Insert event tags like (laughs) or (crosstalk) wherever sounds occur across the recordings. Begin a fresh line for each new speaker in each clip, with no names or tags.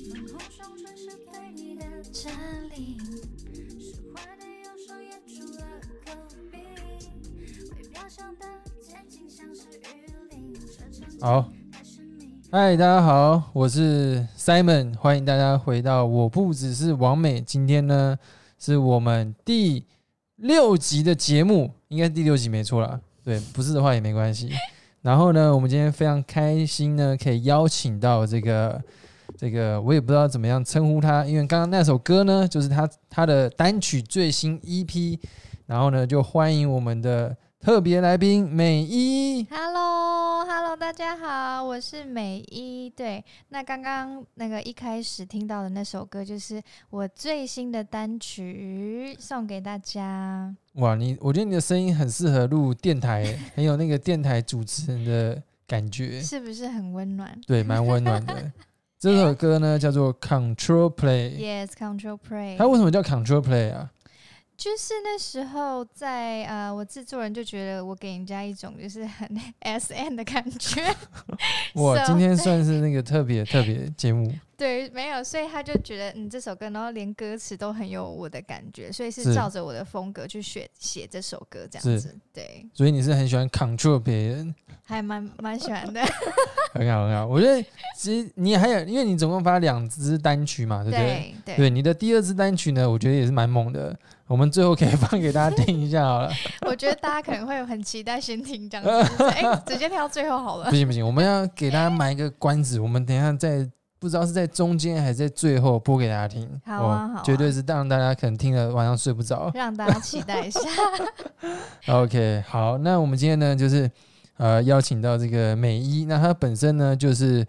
手转身对你的占领，是坏的右手也出了诟病，外表上的坚劲像是雨林，这场景
好，
还是你。
嗨，大家好，我是 Simon，欢迎大家回到我不只是王美。今天呢，是我们第六集的节目，应该是第六集没错啦。对，不是的话也没关系。 (laughs) 然后呢，我们今天非常开心呢，可以邀请到这个这个，我也不知道怎么样称呼他，因为刚刚那首歌呢，就是他他的单曲最新 EP。然后呢，就欢迎我们的特别来宾美一。
h e l l o h e l l o 大家好，我是美一。对，那刚刚那个一开始听到的那首歌，就是我最新的单曲，送给大家。
哇，你我觉得你的声音很适合录电台耶，很有那个电台主持人的感觉，
是不是很温暖
对，蛮温暖的。这首歌呢叫做《Control Play》，
？Yes, Control Pray
它。为什么叫 Control Play 啊？
就是那时候在呃，我制作人就觉得我给人家一种就是很 (laughs) S N 的感觉。
(laughs) 哇，
So-
今天算是那个特别特别节目，
对，没有，所以他就觉得嗯这首歌，然后连歌词都很有我的感觉，所以
是
是照着我的风格去写写这首歌这
是
样子。对，
所以你是很喜欢 Control 别人，
还蛮蛮喜欢的。
很好很好。我觉得其实你还有，因为你总共发两支单曲嘛，对不对？
对对
对你的第二支单曲呢，我觉得也是蛮猛的，我们最后可以放给大家听一下好了。
我觉得大家可能会很期待先听这样子，就是哎、直接跳到最后好 (laughs) 了
不。行不行，我们要给大家埋一个关子，我们等一下在不知道是在中间还是在最后播给大家听。
好啊
哦
好啊
绝对是让大家可能听了晚上睡不着。哦
让大家期待一下，
OK，好，那我们今天呢，就是呃邀请到这个美一，那她本身呢就是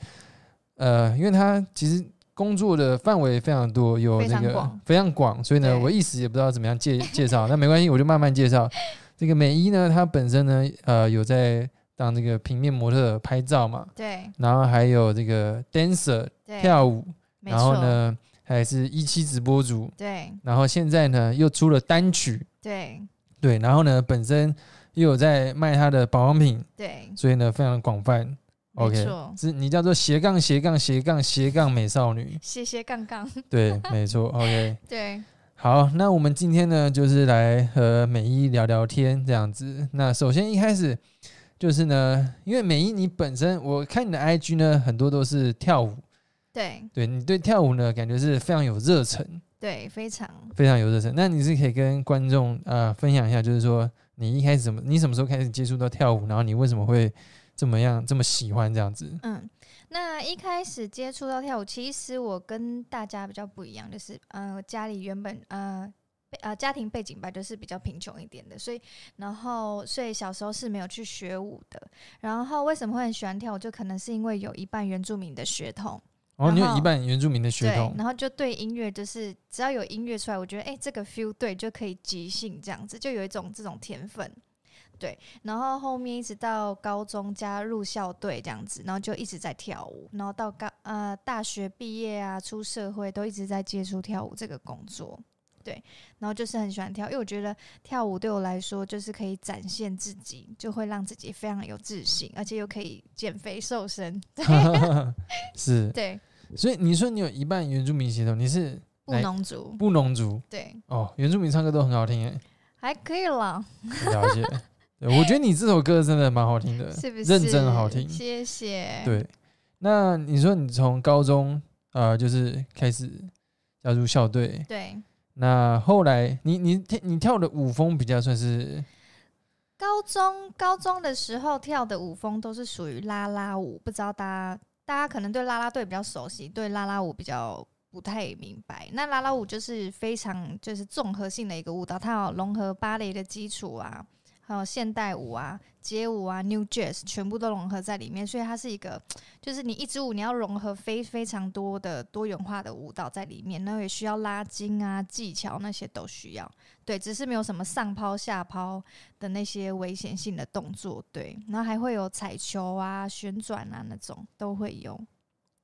呃，因为她其实工作的范围非常多，有
非
这
常
个
广
非常广，所以呢，
对
我一时也不知道怎么样介介绍，那没关系，我就慢慢介绍。这个美一呢，她本身呢，呃，有在当这个平面模特拍照嘛，
对
然后还有这个 dancer
对，
跳舞，
没
然后
错，
呢还是一期直播主，
对
然后现在呢又出了单曲，
对
对，然后呢本身又有在卖他的保养品，
对，
所以呢非常广泛。
没
OK，
错，
是你叫做斜杠斜杠斜杠斜杠美少
(laughs)
女，
谢谢杠杠，
对，没错。OK，
对
好，那我们今天呢就是来和美一聊聊天这样子。那首先一开始就是呢，因为美一你本身我看你的 IG 呢很多都是跳舞。
对
对你对跳舞呢，感觉是非常有热忱，
对，非常
非常有热忱。那你是可以跟观众呃分享一下，就是说你一开始怎么，你什么时候开始接触到跳舞，然后你为什么会这么样这么喜欢这样子？
嗯。那一开始接触到跳舞，其实我跟大家比较不一样，就是嗯、呃，家里原本呃。背呃，家庭背景吧，就是比较贫穷一点的，所以然后所以小时候是没有去学舞的。然后为什么会很喜欢跳舞，就可能是因为有一半原住民的血统，
哦，你
然
有
后
一半原住民的血
对，
统，
然后就对音乐，就是只要有音乐出来，我觉得哎、诶这个 feel 对，就可以即兴这样子，就有一种这种天分。对，然后后面一直到高中加入校队这样子，然后就一直在跳舞，然后到高呃大学毕业啊，出社会都一直在接触跳舞这个工作。对，然后就是很喜欢跳，因为我觉得跳舞对我来说就是可以展现自己，就会让自己非常有自信，而且又可以减肥瘦身。 (laughs)
(laughs) 是。
对，
所以你说你有一半原住民血统，你是
布
来
农族，
布农族
对，
哦，原住民唱歌都很好听哎，
还可以啦。
了解。对，我觉得你这首歌真的蛮好听的，
是不是
认真好听。
谢谢。
对，那你说你从高中呃，就是开始加入校队，
对
那后来你你跳你跳的舞风比较算是
高中高中的时候跳的舞风都是属于啦啦舞，不知道大家大家可能对啦啦队比较熟悉，对啦啦舞比较。不太明白，那啦啦舞就是非常就是综合性的一个舞蹈，它有融合芭蕾的基础啊，还有现代舞啊、街舞啊、New Jazz 全部都融合在里面，所以它是一个就是你一支舞你要融合非非常多的多元化的舞蹈在里面，那也需要拉筋啊、技巧那些都需要。对，只是没有什么上抛下抛的那些危险性的动作，对，然后还会有踩球啊、旋转啊那种都会有。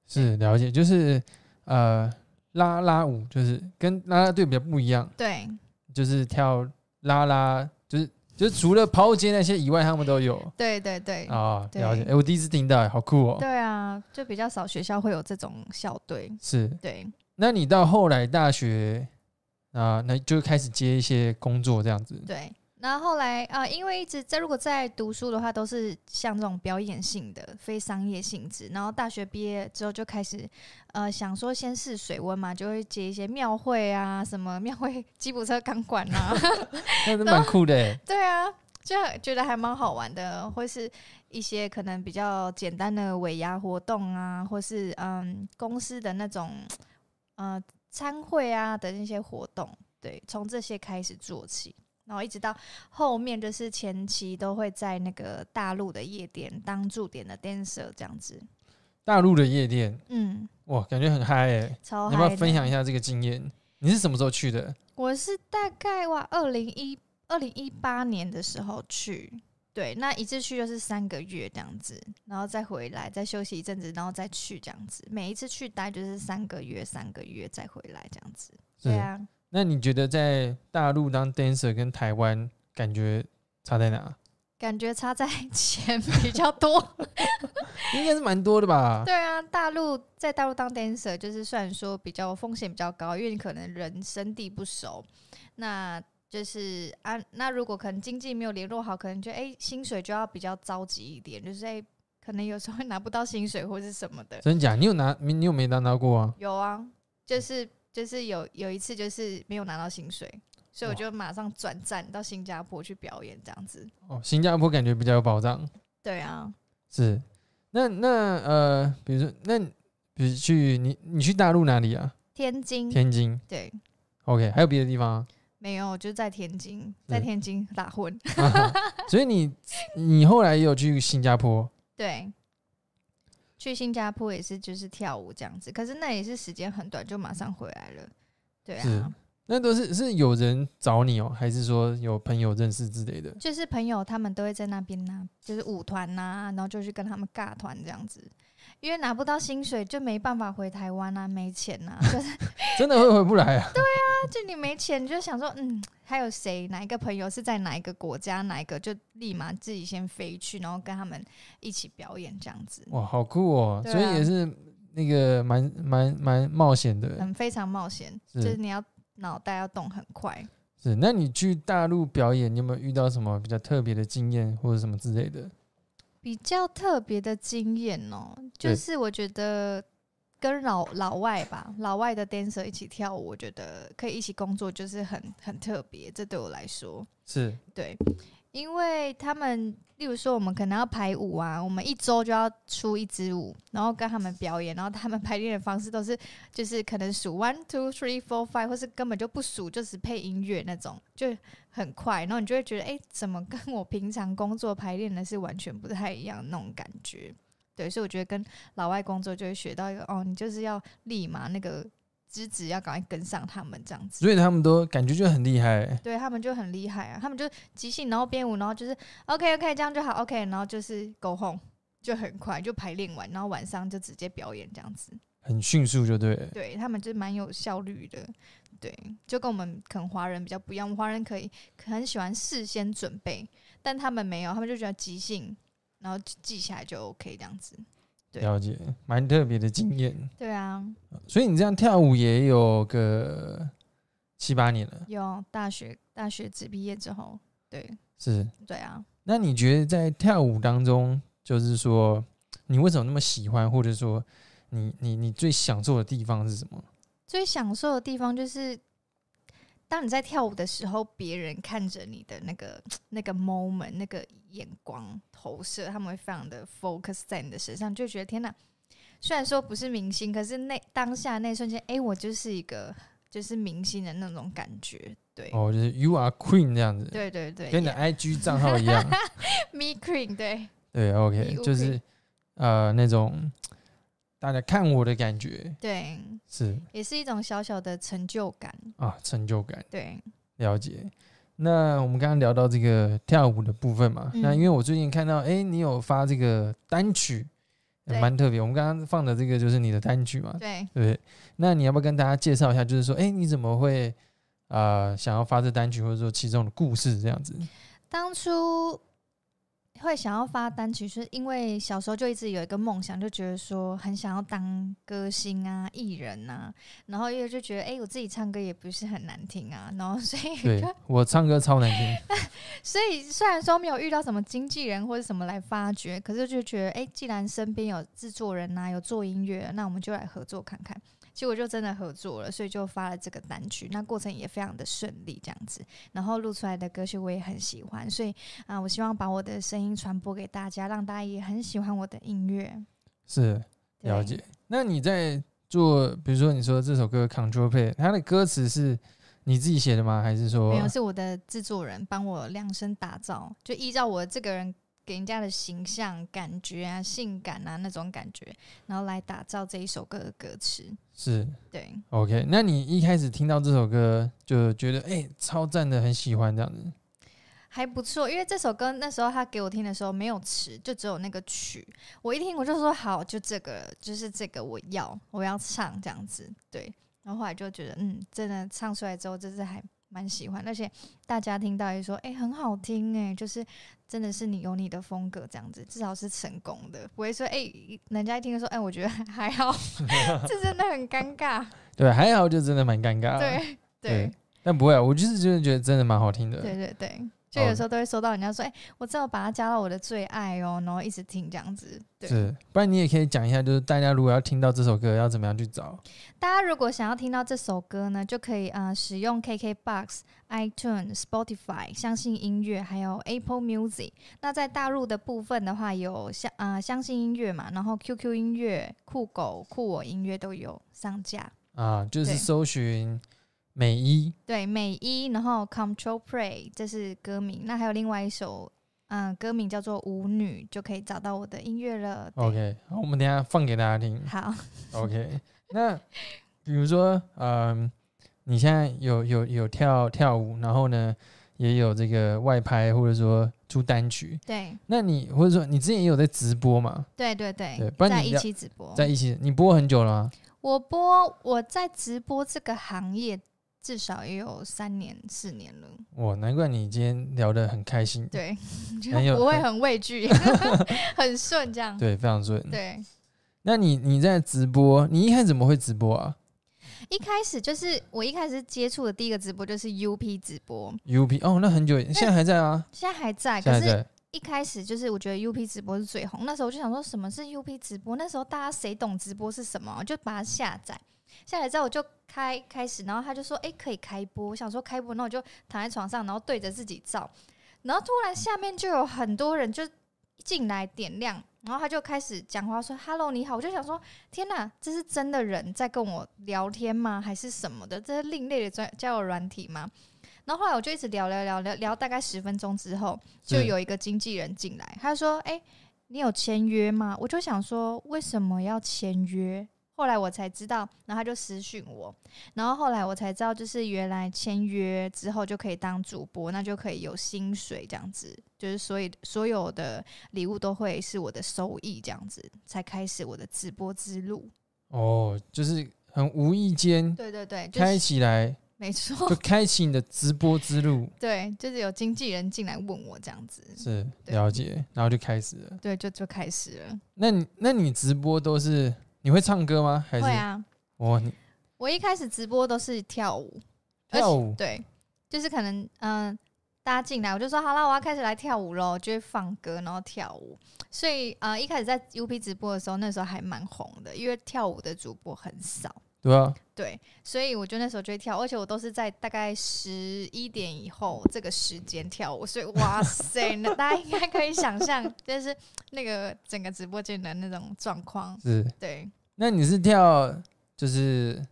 是了解，就是呃拉拉舞，就是跟啦啦队比较不一样，
对，
就是跳啦啦，就是就是除了抛接那些以外，他们都有
对对对，
啊。
对
了解，哎、我第一次听到，好酷哦。
对啊，就比较少学校会有这种校队。
是，
对，
那你到后来大学啊，那就开始接一些工作这样子。
对，然后后来啊、呃因为一直在如果在读书的话，都是像这种表演性的，非商业性质。然后大学毕业之后就开始呃想说先试水温嘛，就会接一些庙会啊，什么庙会 (laughs) 吉普车钢管啊，
那是蛮酷的欸。
对啊，就觉得还蛮好玩的，或是一些可能比较简单的尾牙活动啊，或是嗯公司的那种呃参会啊的那些活动，对，从这些开始做起，然后一直到后面就是前期都会在那个大陆的夜店当驻点的 dancer 这样子，
大陆的夜店，
嗯，
哇，感觉很嗨诶、
超
你
嗨。
要不要分享一？下这个经验？你是什么时候去的？
我是大概哇，二零一二零一八年的时候去，对，那一次去就是三个月这样子，然后再回来，再休息一阵子，然后再去这样子。每一次去大概就是三个月，三个月再回来这样子。对啊，
那你觉得在大陆当 dancer 跟台湾感觉差在哪？
感觉差在 (laughs) 钱比较多。
应该是蛮多的吧？
对啊，大陆在大陆当 dancer 就是虽然说比较风险比较高，因为你可能人生地不熟，那就是啊，那如果可能经济没有联络好，可能就哎、薪水就要比较着急一点，就是哎、可能有时候会拿不到薪水或是什么的。
真假？你有拿你你有没拿到过啊？
有啊，就是就是有有一次就是没有拿到薪水，所以我
哇
就马上转战到新加坡去表演这样子。
哦，新加坡感觉比较有保障。
对啊，
是，那那呃，比如说那，比如去你你去大陆哪里啊？
天津
天津。
对，
OK，还有别的地方、
没有，就在天津，在
是
天津打混。
啊啊？ (laughs) 所以你你后来也有去新加坡？
对，去新加坡也是就是跳舞这样子，可是那也是时间很短，就马上回来了。对
是
啊，
那都是是有人找你哦，还是说有朋友认识之类的？
就是朋友他们都会在那边呐、就是舞团呐、然后就去跟他们尬团这样子。因为拿不到薪水，就没办法回台湾啊， (laughs) 没钱呐、就是
真的会回不来啊？
就你没钱，你就想说，嗯，还有谁哪一个朋友是在哪一个国家，哪一个就立马自己先飞去，然后跟他们一起表演这样子，
哇，好酷哦！
对啊
所以也是那个蛮蛮蛮冒险的。
很非常冒险，
是
就是你要脑袋要动很快。
是，那你去大陆表演，你有没有遇到什么比较特别的经验或者什么之类的？
比较特别的经验哦、就
对
是我觉得跟老老外吧，老外的 dancer 一起跳舞，我觉得可以一起工作，就是很很特别。这对我来说，
是
对，因为他们，例如说我们可能要排舞啊，我们一周就要出一支舞，然后跟他们表演，然后他们 (laughs) 排练的方式都是就是可能数 one two three four five，或是根本就不数，就只配音乐那种，就很快，然后你就会觉得，哎、怎么跟我平常工作排练的是完全不太一样那种感觉。对，所以我觉得跟老外工作就会学到一个哦，你就是要立马那个资质要赶快跟上他们这样子。
所以他们都感觉就很厉害欸、
对他们就很厉害啊，他们就即兴，然后编舞，然后就是 OK OK 这样就好 OK，然后就是 go home 就很快就排练完，然后晚上就直接表演这样子。
很迅速，就对了。
对他们就蛮有效率的，对，就跟我们可能华人比较不一样，我们华人可以很喜欢事先准备，但他们没有，他们就觉得即兴，然后记下来就 OK 这样子。对
了解，蛮特别的经验。
对啊，
所以你这样跳舞也有个七八年了，
有大学大学只毕业之后，对
是？
对啊，
那你觉得在跳舞当中，就是说你为什么那么喜欢，或者说你你你最享受的地方是什么？
最享受的地方就是，当你在跳舞的时候，别人看着你的那个那个 moment，那个眼光投射，他们会非常的 focus 在你的身上，就觉得天哪！虽然说不是明星，可是那当下那一瞬间，哎、我就是一个就是明星的那种感觉，对，
哦，就是 You are Queen 这样子，
对对对，
跟你的 IG 账号一
(laughs)
样。
me queen，对
对，OK，
义务
就是呃那种大家看我的感觉
对，
是
也是一种小小的成就感，
啊，成就感。
对，
了解。那我们刚刚聊到这个跳舞的部分嘛，
嗯
那因为我最近看到，哎、你有发这个单曲，呃
对
蛮特别。我们刚刚放的这个就是你的单曲嘛，
对。
对不对？那你要不要跟大家介绍一下，就是说，哎、你怎么会呃啊
(laughs)
想要发这单曲，或者说其中的故事这样子？
当初会想要发单曲，是因为小时候就一直有一个梦想，就觉得说很想要当歌星啊、艺人啊，然后又就觉得哎、诶我自己唱歌也不是很难听啊，然后所以
对
就
我唱歌超难听，
所以虽然说没有遇到什么经纪人或者什么来发掘，可是就觉得，哎、既然身边有制作人呐、啊有做音乐，那我们就来合作看看。结果就真的合作了，所以就发了这个单曲。那过程也非常的顺利，这样子。然后录出来的歌曲我也很喜欢，所以啊、我希望把我的声音传播给大家，让大家也很喜欢我的音乐。
是
对
了解。那你在做，比如说你说这首歌《Control Play》，它的歌词是你自己写的吗？还是说
没有，是我的制作人帮我量身打造，就依照我这个人给人家的形象、感觉啊、性感啊那种感觉，然后来打造这一首歌的歌词。
是
对，
OK？那你一开始听到这首歌就觉得哎、超赞的，很喜欢这样子。
还不错，因为这首歌那时候他给我听的时候没有词，就只有那个曲。我一听我就说好，就这个，就是这个我要，我要唱这样子。对，然后后来就觉得嗯，真的唱出来之后，就是还蛮喜欢，而且大家听到也说哎、很好听哎、就是真的是你有你的风格这样子，至少是成功的，不会说哎、人家一听就说哎、我觉得还好， (laughs) 这真的很尴尬。 (laughs)
对，还好就真的蛮尴尬。
对对
啊对。但不会啊，我就是真的觉得真的蛮好听的。
对对对，就有时候都会收到人家说，哎、我正好把它加到我的最爱哦，然后一直听这样子。对，
是，不然你也可以讲一下，就是大家如果要听到这首歌，要怎么样去找？
大家如果想要听到这首歌呢，就可以呃使用 KKBox、iTunes、Spotify、相信音乐，还有 Apple Music。那在大陆的部分的话，有相呃相信音乐嘛，然后 QQ 音乐、酷狗、酷我音乐都有上架。
啊，就是
对
搜寻美一
对，美一，然后 Control Play 这是歌名，那还有另外一首，嗯、歌名叫做《舞女》，就可以找到我的音乐了。对
OK，好，我们等一下放给大家听。
好，
OK，那比如说，嗯，你现在有有有跳跳舞，然后呢，也有这个外拍，或者说出单曲，
(laughs) 对
那你或者说你之前也有在直播嘛，
对对对，
对不然
在
你
一
了
起直播，
在一起，你播很久了吗？
我播我在直播这个行业至少也有三年四年了，
哇，难怪你今天聊得很开心， (laughs)
对，就
很有
不会
很
很
(laughs)
畏惧， (laughs) 很顺这样。
对，非常顺。
对，
那你你在直播，你一开始怎么会直播啊
一开始就是我一开始接触的第一个直播就是 UP 直播，
？UP 哦，那很久以，现在还在啊，
现在还在，
现
可
在
是
在。
一开始就是我觉得 UP 直播是最红，那时候我就想说什么是 UP 直播，那时候大家谁懂直播是什么，我就把它下载。下载之后我就开开始，然后他就说：“哎、可以开播。”我想说开播，那我就躺在床上，然后对着自己照，然后突然下面就有很多人就进来点亮，然后他就开始讲话说：“Hello，你好。”我就想说：“天哪，这是真的人在跟我聊天吗？还是什么的？这是另类的交交友软体吗？”然后后来我就一直聊聊聊聊聊，大概十分钟之后，就是有一个经纪人进来，他说：“哎、你有签约吗？”我就想说，为什么要签约？后来我才知道，然后他就私讯我，然后后来我才知道，就是原来签约之后就可以当主播，那就可以有薪水这样子，就是所以所有的礼物都会是我的收益这样子，才开始我的直播之路。
哦，就是很无意间
对对对，就
开
是
起来，
没错，
就开启你的直播之路，
对，就是有经纪人进来问我这样子，
是
对
了解，然后就开始了。
对，就就开始了。
那你那你直播都是你会唱歌吗？还是
会啊，
哦你
我一开始直播都是跳舞，而且
跳舞
对，就是可能嗯、大家进来我就说好啦，我要开始来跳舞喽，就会放歌然后跳舞。所以呃，一开始在 UP 直播的时候，那时候还蛮红的，因为跳舞的主播很少。
对啊？
对，所以我就那时候就会跳，而且我都是在大概十一点以后这个时间跳舞，所以哇塞，那大家应该可以想象，就是那个整个直播间的那种状况。
是。
对，
那你是跳
(laughs)
就是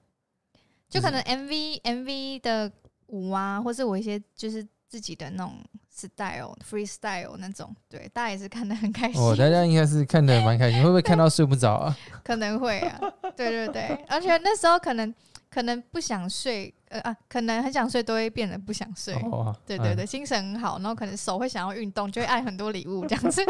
就
就
是
可能 MV MV 的舞啊，或是我一些就是自己的那种 style freestyle 那种，对，大家也是看得很开心，
哦，大家应该是看得蛮开心，会不会看到睡不着啊？
可能会啊，对对对，而且那时候可能可能不想睡，呃啊，可能很想睡都会变得不想睡。
哦，
对对
嗯
对，精神很好，然后可能手会想要运动，就会按很多礼物这样 (laughs) 子，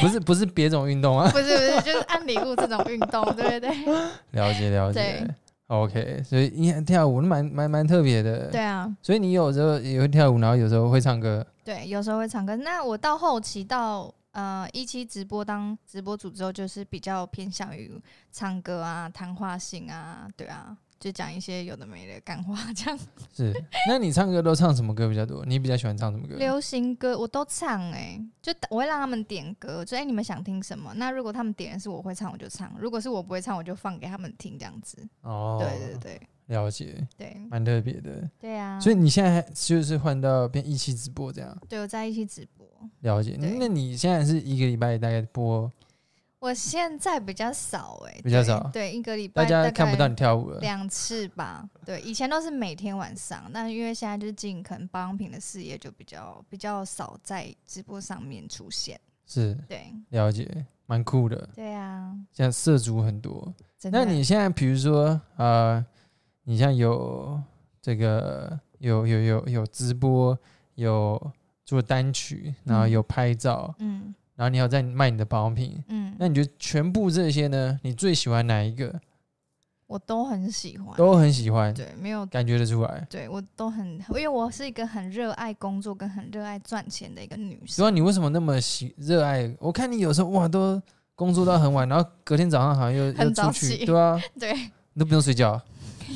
不是不是别种运
(laughs)
动啊，
不是不是，就是按礼物这种运动，对对对，
了解了解
对。
OK，所以你跳舞蛮蛮蛮特别的。
对啊，
所以你有时候也会跳舞，然后有时候会唱歌。
对，有时候会唱歌。那我到后期到呃一期直播当直播主之后，就是比较偏向于唱歌啊、谈话性啊，对啊，就讲一些有的没的干话这样。
是，那你唱歌都唱什么歌比较多？你比较喜欢唱什么歌？
(laughs) 流行歌我都唱哎、就我会让他们点歌，就哎、你们想听什么？那如果他们点的是我会唱，我就唱；如果是我不会唱，我就放给他们听这样子。
哦，
对对对
了解，
对
蛮特别的。
对啊！
所以你现在还就是换到变一期直播这样，
对我在一起直播。
了解。
对
那你现在是一个礼拜大概播，
我现在比较少哎、
比较
对
少
对，一个礼拜
大家
大
看不
概
到你跳舞了。
两次吧。对，以前都是每天晚上，但因为现在就是进可能保养品的事业就比较比较少在直播上面出现。
是，
对，
了解，蛮酷的。
对啊，
现在涉足很多。
真的。
那你现在比如说呃，你像有这个有有有有直播，有做单曲，然后
嗯
有拍照，
嗯
然后你还有在卖你的保养品。
嗯，
那你觉得全部这些呢？你最喜欢哪一个？
我都很喜欢，
都很喜欢，
对，没有
感觉得出来。
对我都很，因为我是一个很热爱工作跟很热爱赚钱的一个女
主
生。
要你为什么那么喜热爱？我看你有时候哇，都工作到很晚，然后隔天早上好像又又
很
出
早
去，
起
对啊，
(laughs) 对，
你都不用睡觉。啊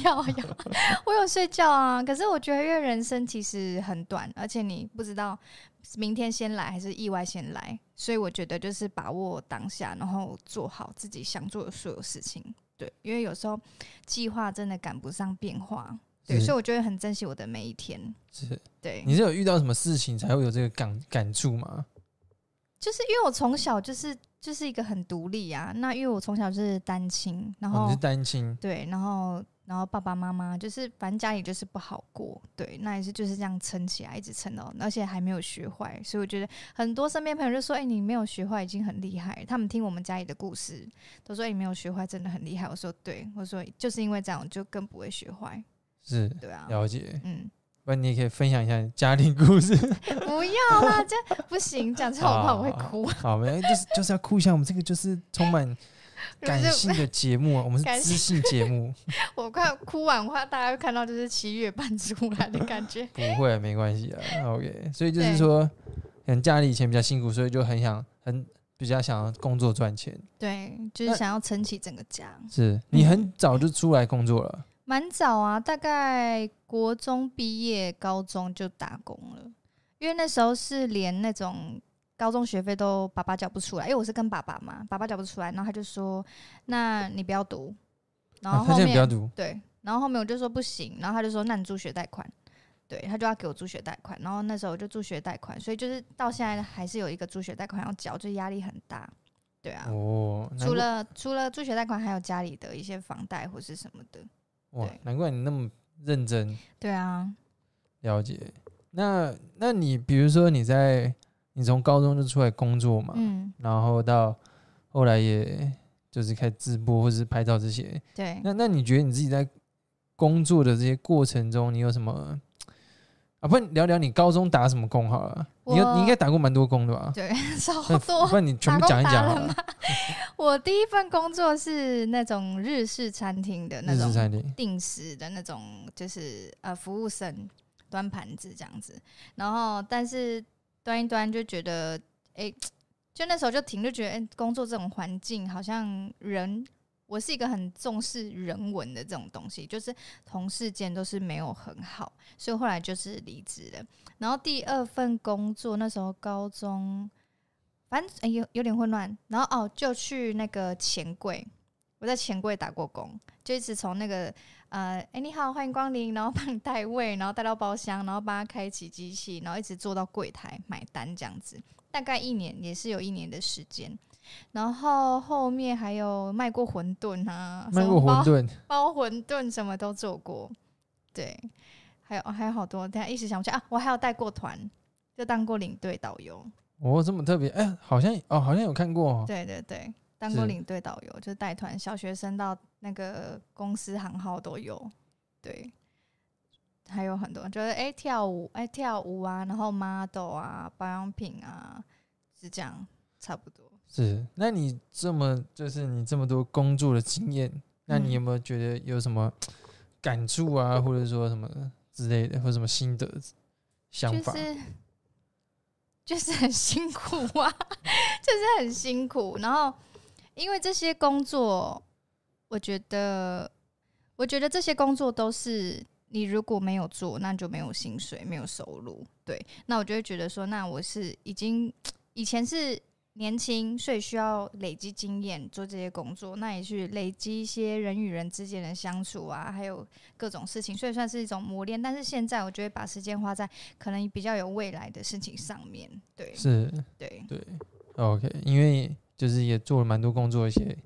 要要， (laughs) 我有睡觉啊。可是我觉得，因为人生其实很短，而且你不知道明天先来还是意外先来，所以我觉得就是把握当下，然后做好自己想做的所有事情。对，因为有时候计划真的赶不上变化，对，
是嗯
所以我就会很珍惜我的每一天。
是，
对，
你是有遇到什么事情才会有这个感感触吗？
就是因为我从小就是就是一个很独立啊，那因为我从小就是单亲，然
哦，
后、
你是单亲，
对，然后然后爸爸妈妈就是反正家里就是不好过，对，那也是就是这样撑起来，一直撑到，而且还没有学坏，所以我觉得很多身边朋友就说，哎、你没有学坏已经很厉害，他们听我们家里的故事都说，哎、你没有学坏真的很厉害，我说对，我说就是因为这样，我就更不会学坏，
是
对啊，
了解。
嗯，
不然你也可以分享一下你家庭故事。 (laughs)
不要啦，这样不行，讲出来我怕我会哭， (laughs)
好，没就是就是要哭一下。我们这个就是充满感
就是
性的节目啊，我们
感
是知性节
(laughs)
目，。
我快哭完的话，大家会看到就是七月半出来的感觉
不会没关系啊。OK，所以就是
对
说，可能家里以前比较辛苦，所以就很想很比较想要工作赚钱。
(laughs) 对，就是想要撑起整个家，
是你
嗯
很早就出来工作了，
蛮早啊，大概国中毕业，高中就打工了，因为那时候是连那种。高中学费都爸爸缴不出来，因为我是跟爸爸嘛，爸爸缴不出来，然后他就说：“那你不要读。”然
啊
后
他
后
现在
面、
不要读，
对，然后后面我就说不行，然后他就说那你助学贷款，对他就要给我助学贷款，然后那时候我就助学贷款，所以就是到现在还是有一个助学贷款要缴，就压力很大，对啊，
哦，难
除
怪
了除了助学贷款，还有家里的一些房贷或是什么的，
哇
对，
难怪你那么认真
对啊，
了解。那那你比如说你在你从高中就出来工作嘛，
嗯，
然后到后来也就是开始直播或是拍照这些。
对，
那那你觉得你自己在工作的这些过程中，你有什么？啊，不然聊聊你高中打什么工好了。你有
我
你应该打过蛮多工的吧？
对， (laughs) 超
那不
多。
然你全部
打
讲
工
一
达
讲好
人
了。
我第一份工作是那种日式餐厅的那
日式
种
餐厅
定时的那种，就是呃服务生端盘子这样子。然后但是端一端就觉得，哎、就那时候就停，就觉得，哎、工作这种环境好像人。我是一个很重视人文的这种东西，就是同事间都是没有很好，所以后来就是离职了。然后第二份工作那时候高中，反正、哎有有点混乱。然后哦，就去那个钱柜，我在钱柜打过工，就一直从那个呃，哎、你好，欢迎光临，然后帮你带位，然后带到包厢，然后帮他开启机器，然后一直做到柜台买单这样子，大概一年也是有一年的时间。然后后面还有卖过馄饨啊，
卖
什
过
么包
馄饨，
包馄饨什么都做过，对，还有还有好多，等一下一时想不起来啊，我还有带过团，就当过领队导游，
哦，这么特别，哎、好像哦，好像有看过、哦，
对对对，当过
是
领队导游就是带团，小学生到那个公司行号都有，对，还有很多就是哎、诶跳舞哎、诶跳舞啊，然后 model 啊保养品啊，是这样差不多。
是。那你这么就是你这么多工作的经验，那你
嗯
有没有觉得有什么感触啊，或者说什么之类的，或者什么心得、想
就
法？
是就是很辛苦啊， (laughs) 就是很辛苦。然后因为这些工作，我觉得，我觉得这些工作都是你如果没有做，那就没有薪水，没有收入。对，那我就会觉得说，那我是已经以前是年轻，所以需要累积经验做这些工作，那也去累积一些人与人之间的相处啊，还有各种事情，所以算是一种磨练。但是现在我就会把时间花在可能比较有未来的事情上面。对
是
对
对，OK，因为就是也做了蛮多工作一些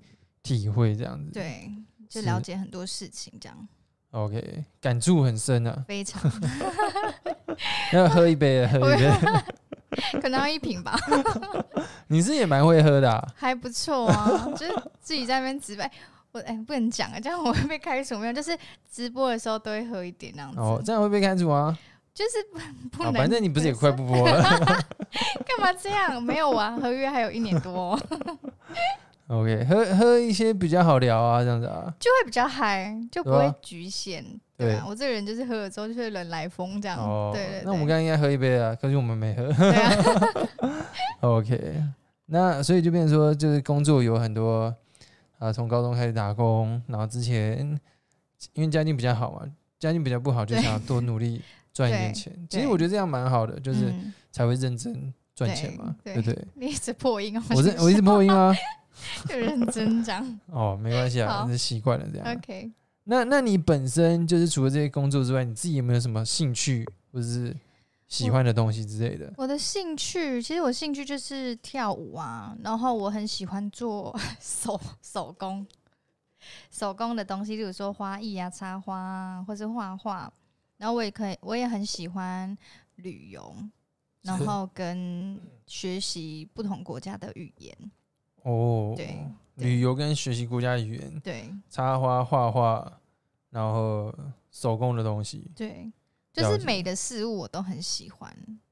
体会这样子。
对，就是了解很多事情，这样
，OK，感触很深啊。
非常
要喝一杯了，啊喝一杯。
(laughs) 可能要一瓶吧，
(laughs) 你是也蛮会喝的、啊，
还不错啊。 (laughs) 就是自己在那边直白，我哎、不能讲啊，这样我会被开除。没有，就是直播的时候都会喝一点那样子，
哦，这样会被开除啊？
就是不不
啊，
能。
反正你不是也快不播了
(laughs) 干嘛这样？没有啊，合约还有一年多 (laughs) 哦、
？OK，喝喝一些比较好聊啊，这样子啊。
就会比较嗨，就不
对
会
啊
局限。对啊，
对
我这个人就是喝了之后就是人来疯这样。
哦，
啊对对对，
那我们刚刚应该喝一杯啊，可是我们没喝。 (laughs)
对啊，
OK，那所以就变成说，就是工作有很多啊，从高中开始打工，然后之前因为家境比较好嘛，家境比较不好，就
对
想要多努力赚一点
对
钱。其实我觉得这样蛮好的，就是
嗯
才会认真赚钱嘛，
对
对不
(laughs)
对？
你一直破音哦，
我
是
是我一
(laughs)
直破音吗？
就认真
(laughs)
讲。
哦，没关系啊，
好
是习惯了这样。
OK，
那那你本身就是除了这些工作之外，你自己有没有什么兴趣或者是喜欢的东西之类的？
我的兴趣其实我兴趣就是跳舞啊，然后我很喜欢做 (laughs) 手手工。手工的东西，例如说花艺啊、插花啊，或是画画，然后我也可以，我也很喜欢旅游，然
是 (laughs)
后跟学习不同国家的语言。
哦，
对对
旅游跟学习国家语言，
对
插花、画画，然后手工的东西。
对，就
了
是
解
美的事物我都很喜欢。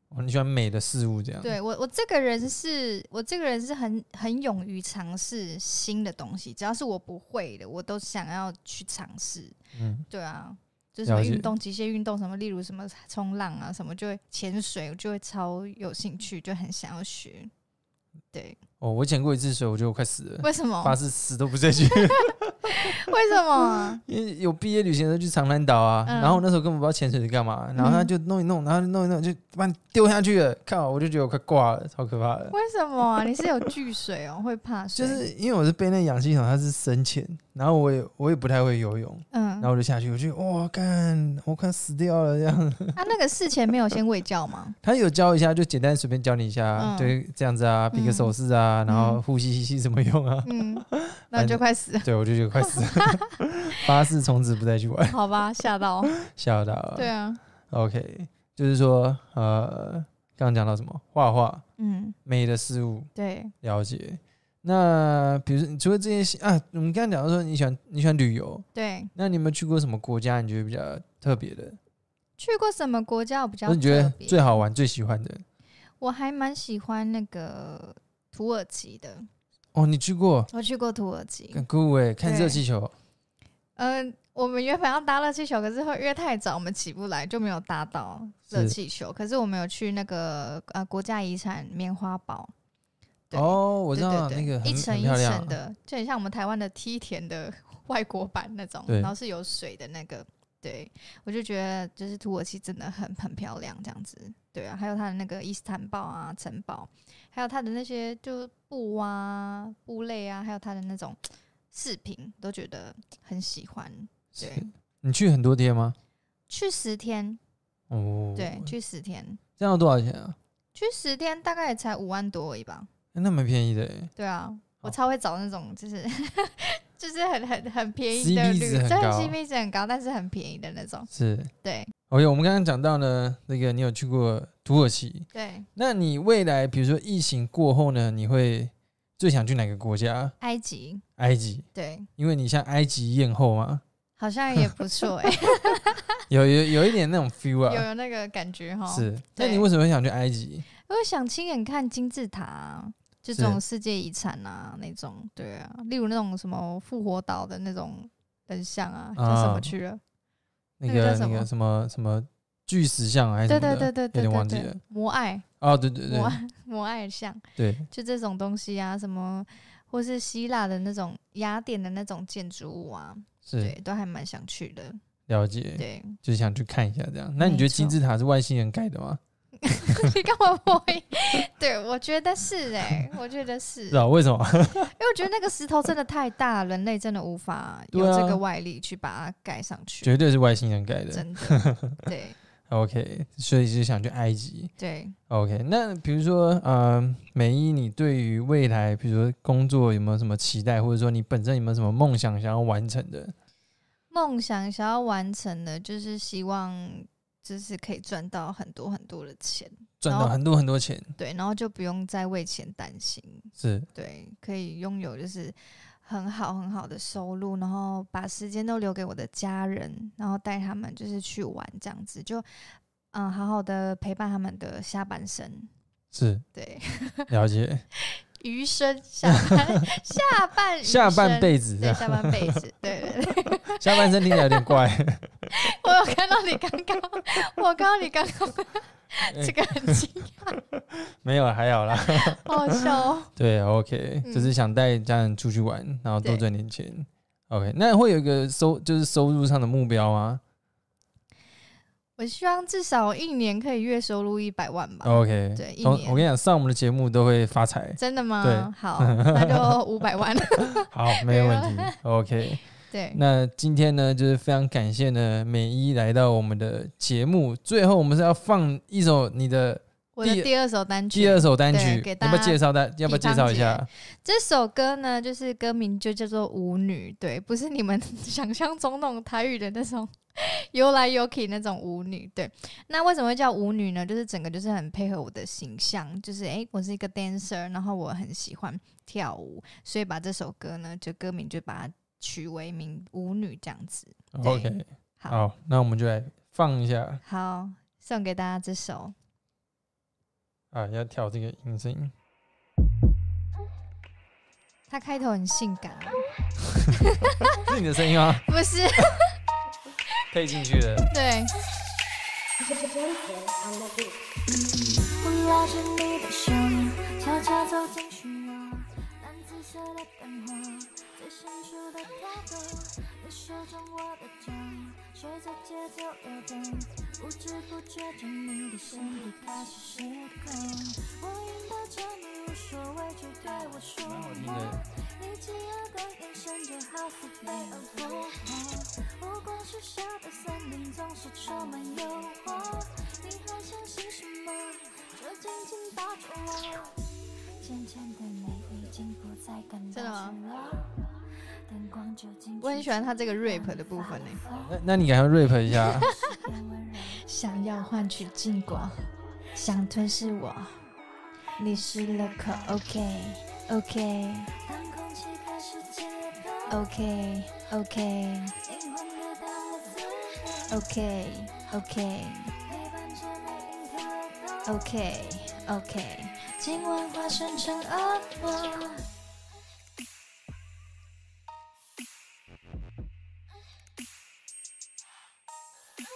哦，你喜欢美的事物这样？，
对我，我这个人是我这个人是很很勇于尝试新的东西，只要是我不会的，我都想要去尝试。
嗯，
对啊，就是什么
了解
运动、极限运动什么，例如什么冲浪啊，什么就会潜水，我就会超有兴趣，就很想要学。
(laughs)
对，
哦，我潜过一次水，我觉得我快死了，
为什么？
发誓死都不再去。 (laughs)
为什么？
因为有毕业旅行的时候去长滩岛啊，
嗯
然后我那时候根本不知道潜水是干嘛，然后他就弄一弄，然后弄一弄就把你丢下去了，靠，我就觉得我快挂了，超可怕的。
为什么啊？你是有惧水哦，会怕水？
就是因为我是被那氧气筒，它是深潜，然后我也我也不太会游泳，
嗯
然后我就下去，我就哇干，我快死掉了这
(laughs)
样。
啊，那个事前没有先喂教吗？
他有教一下，就简单随便教你一下，
嗯
对，这样子啊，比个手势啊，然后呼吸吸气怎么用
(laughs)
啊？
嗯，
(laughs)
那你就快死了，
对，我就觉得快死了，
(laughs)
发誓从此不再去玩，
好吧，
(laughs)
吓到。
吓到了。
对啊，
OK，就是说呃，刚刚讲到什么画画
嗯，
美的事物，
对，
了解。那比如说，除了这些啊，我们刚刚讲到说你喜欢你喜欢旅游，
对，
那你有没有去过什么国家？你觉得比较特别的，
去过什么国家我比较
或者你觉得
特别？
最好玩、最喜欢的？
我还蛮喜欢那个土耳其的，
哦，你去过，
我去过土耳其。
很酷哎，看热
对
气球。
嗯、我们原本要搭热气球，可是会因为太早，我们起不来，就没有搭到热
是
气球。可是我们有去那个呃国家遗产棉花堡。对
哦，我
对
知道
对对
那个很
一层
很
一
漂亮啊
层，的，就很像我们台湾的梯田的 (laughs) 外国版那种，
对
然后是有水的那个。对，我就觉得就是土耳其真的很很漂亮，这样子。对啊，还有它的那个伊斯坦堡啊城堡，还有它的那些就布啊布类啊，还有它的那种饰品，都觉得很喜欢。
是
对
你去很多天吗？
去十天，
哦，
对，，去十天，
这样要多少钱啊？
去十天大概也才五万多而已吧。
欸那蛮便宜的欸，
对啊，我
好
超会找那种就是 (laughs) 就是很很很便宜
CP
的
值
旅，
很
真的
高
CP 值很高，但是很便宜的那种。
是。
对
OK，我们刚刚讲到呢，那个你有去过土耳其，
对，
那你未来比如说疫情过后呢，你会最想去哪个国家？
埃及
埃及，
对，
因为你像埃及艳后嘛，
好像也
(laughs)
不错哎、
有有有一点那种 feel
有
啊，
有那个感觉哈。，
是。那
哦对
你为什么会想去埃及？
我想亲眼看金字塔、啊。这
是
种世界遗产啊，那种对啊，例如那种什么复活岛的那种人像啊，叫什
啊
么去了？
那
那个
个
叫什
那个
么
什么什么巨石像啊还是
对
什么
对
的？
对对对
有点
对
忘记
对
了，
摩艾
哦，对对对
摩艾摩艾像，
对，
就这种东西啊，什么或是希腊的那种雅典的那种建筑物啊，对
是，
都还蛮想去的。
了解，
对， (laughs)
就想去看一下这样。那你
没
觉得金字
错
塔是外星人盖的吗？
你干嘛不会？对，我觉得是哎、我觉得
(laughs)
是，
是啊，为什么？
因为我觉得那个石头真的太大，人类真的无法有
对啊
这个外力去把它盖上去，
绝对是外星人盖的。
真的。对
OK，所以就想去埃及。
对，
OK，那比如说，呃，美一，你对于未来，比如说工作有没有什么期待，或者说你本身有没有什么梦想想要完成的？
梦想想要完成的，就是希望就是可以赚到很多很多的钱，
赚到
然后
很多很多钱，
对，然后就不用再为钱担心，
是
对，可以拥有就是很好很好的收入，然后把时间都留给我的家人，然后带他们就是去玩这样子，就嗯好好的陪伴他们的下半生，
是，
对，
了
(laughs)
解。
余生下
(laughs)
半下半余
下半
生
辈子这
对
样，
下半辈子，对对对，
下半身听起来有点怪。
我有看到你刚刚，我看到你刚刚
哎
这个很惊讶，
没有，还好啦。
好好笑哦，
对，OK，、
嗯
就是想带家人出去玩，然后多
对
赚点钱。OK，那会有一个收，就是收入上的目标吗
我希望至少一年可以月收入一百万吧，
？OK，
对一
我
年。
我跟你讲，上我们的节目都会发财
(laughs) 真的吗？
对
好，那就五百万，
好，没有问题。OK，
对，
那今天呢，就是非常感谢呢美一来到我们的节目。最后，我们是要放一首你的
我的
第
第二首单曲，
第二首单
对
曲
给，大
要
家
不要介绍大？要不要介绍一下？
这首歌呢，就是歌名就叫做《舞女》，对，不是你们 (laughs) 想象中那种台语的那种 (laughs) 游来游去那种舞女，对。那为什么会叫舞女呢？就是整个就是很配合我的形象，就是诶，我是一个 dancer，然后我很喜欢跳舞，所以把这首歌呢，就歌名就把它取为名“舞女”这样子。对
OK，
好，
好，那我们就来放一下
好，送给大家这首。
啊，要调这个音声
(laughs)
音。
它开头很性感，啊
是你的声音吗？
(laughs) 不是？
配进去的。
对，
我拉着你的手，悄悄走进虚弱，蓝紫色的灯火，最深处的跳动，你手中我的酒，随着节奏流动，不知不觉中你的身体开始失控，我引导着你无所畏惧对我说
蛮好听
话
的。
你饥饿的眼神就好似被耳风红，无光树下的森林总是充满诱惑。你还相信什么？就紧紧抱着我。渐渐的，你已经不再感到
真的吗
赤裸？灯光就进
我很喜欢它这个 rap 的部分呢、
那那你赶快 rap 一下。 (laughs)
(laughs)
想要换取禁果，想吞噬我，你失了口。OK OK
当空气开始解冻，
OK OK
灵魂得到了滋润，
OK OK
陪伴着你迎头痛。
OK OK，
今晚化身成恶魔。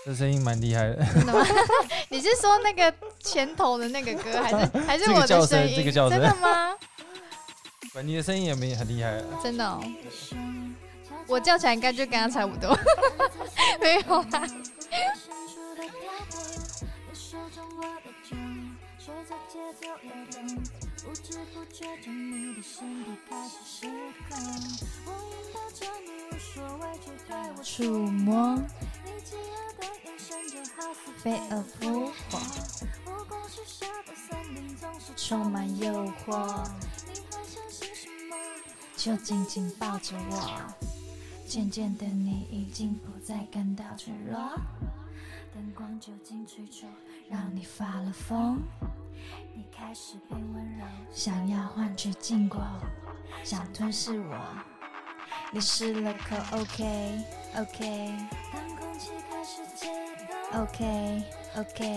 这声音蛮厉害的， (laughs)
真的吗？ (laughs) 你是说那个前头的那个歌，还是还是
这个
我
叫
的
声
声音？
这个叫声
真的吗？
你的声音也没很厉害
(laughs)
啊。
真的、哦，我叫起来应该就跟他差不多。 (laughs) 没有啊啦，触摸
被
被
恶
恶
俘获
俘获，
充
充
满
满
诱
诱
惑
惑。
就紧紧抱着我。渐渐的，你已经不再感到脆弱。灯光就近追逐，让
让
你
你发了疯，
你开始变温柔。
想要换取禁果，想吞噬我，你失了口。OK OK。
当空气开始解冻，
OK OK
灵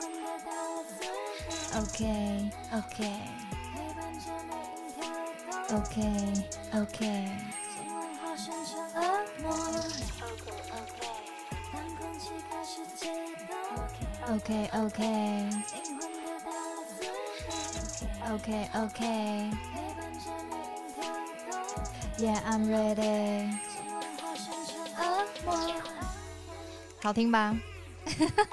魂得到了滋润，
OK OK
陪伴着你迎跳动。
OK
今
OK，
晚化身成恶魔。当空气开始解冻
OK OK，
灵魂得到了
OK
陪
OK
伴着你迎天空。
Yeah I'm ready，
今晚化身成恶魔。
好听吧？ (laughs)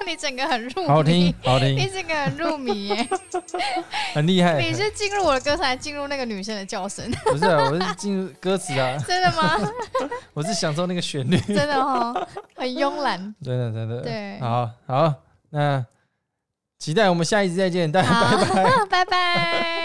你整个很入迷，
好
(laughs)
听，好
你
听，
整个很入迷 (laughs) 耶！
很厉害。
你是 (laughs) 进入我的歌声，还是进入那个女生的叫声？ (laughs)
不是、啊？我是进入歌词啊， (laughs)
真的吗？
我是享受那个旋律。
真的哦，很慵 (laughs) 懒。
(laughs) 真的，真的。
对
好好，那期待我们下一集再见，大家拜拜。
拜拜。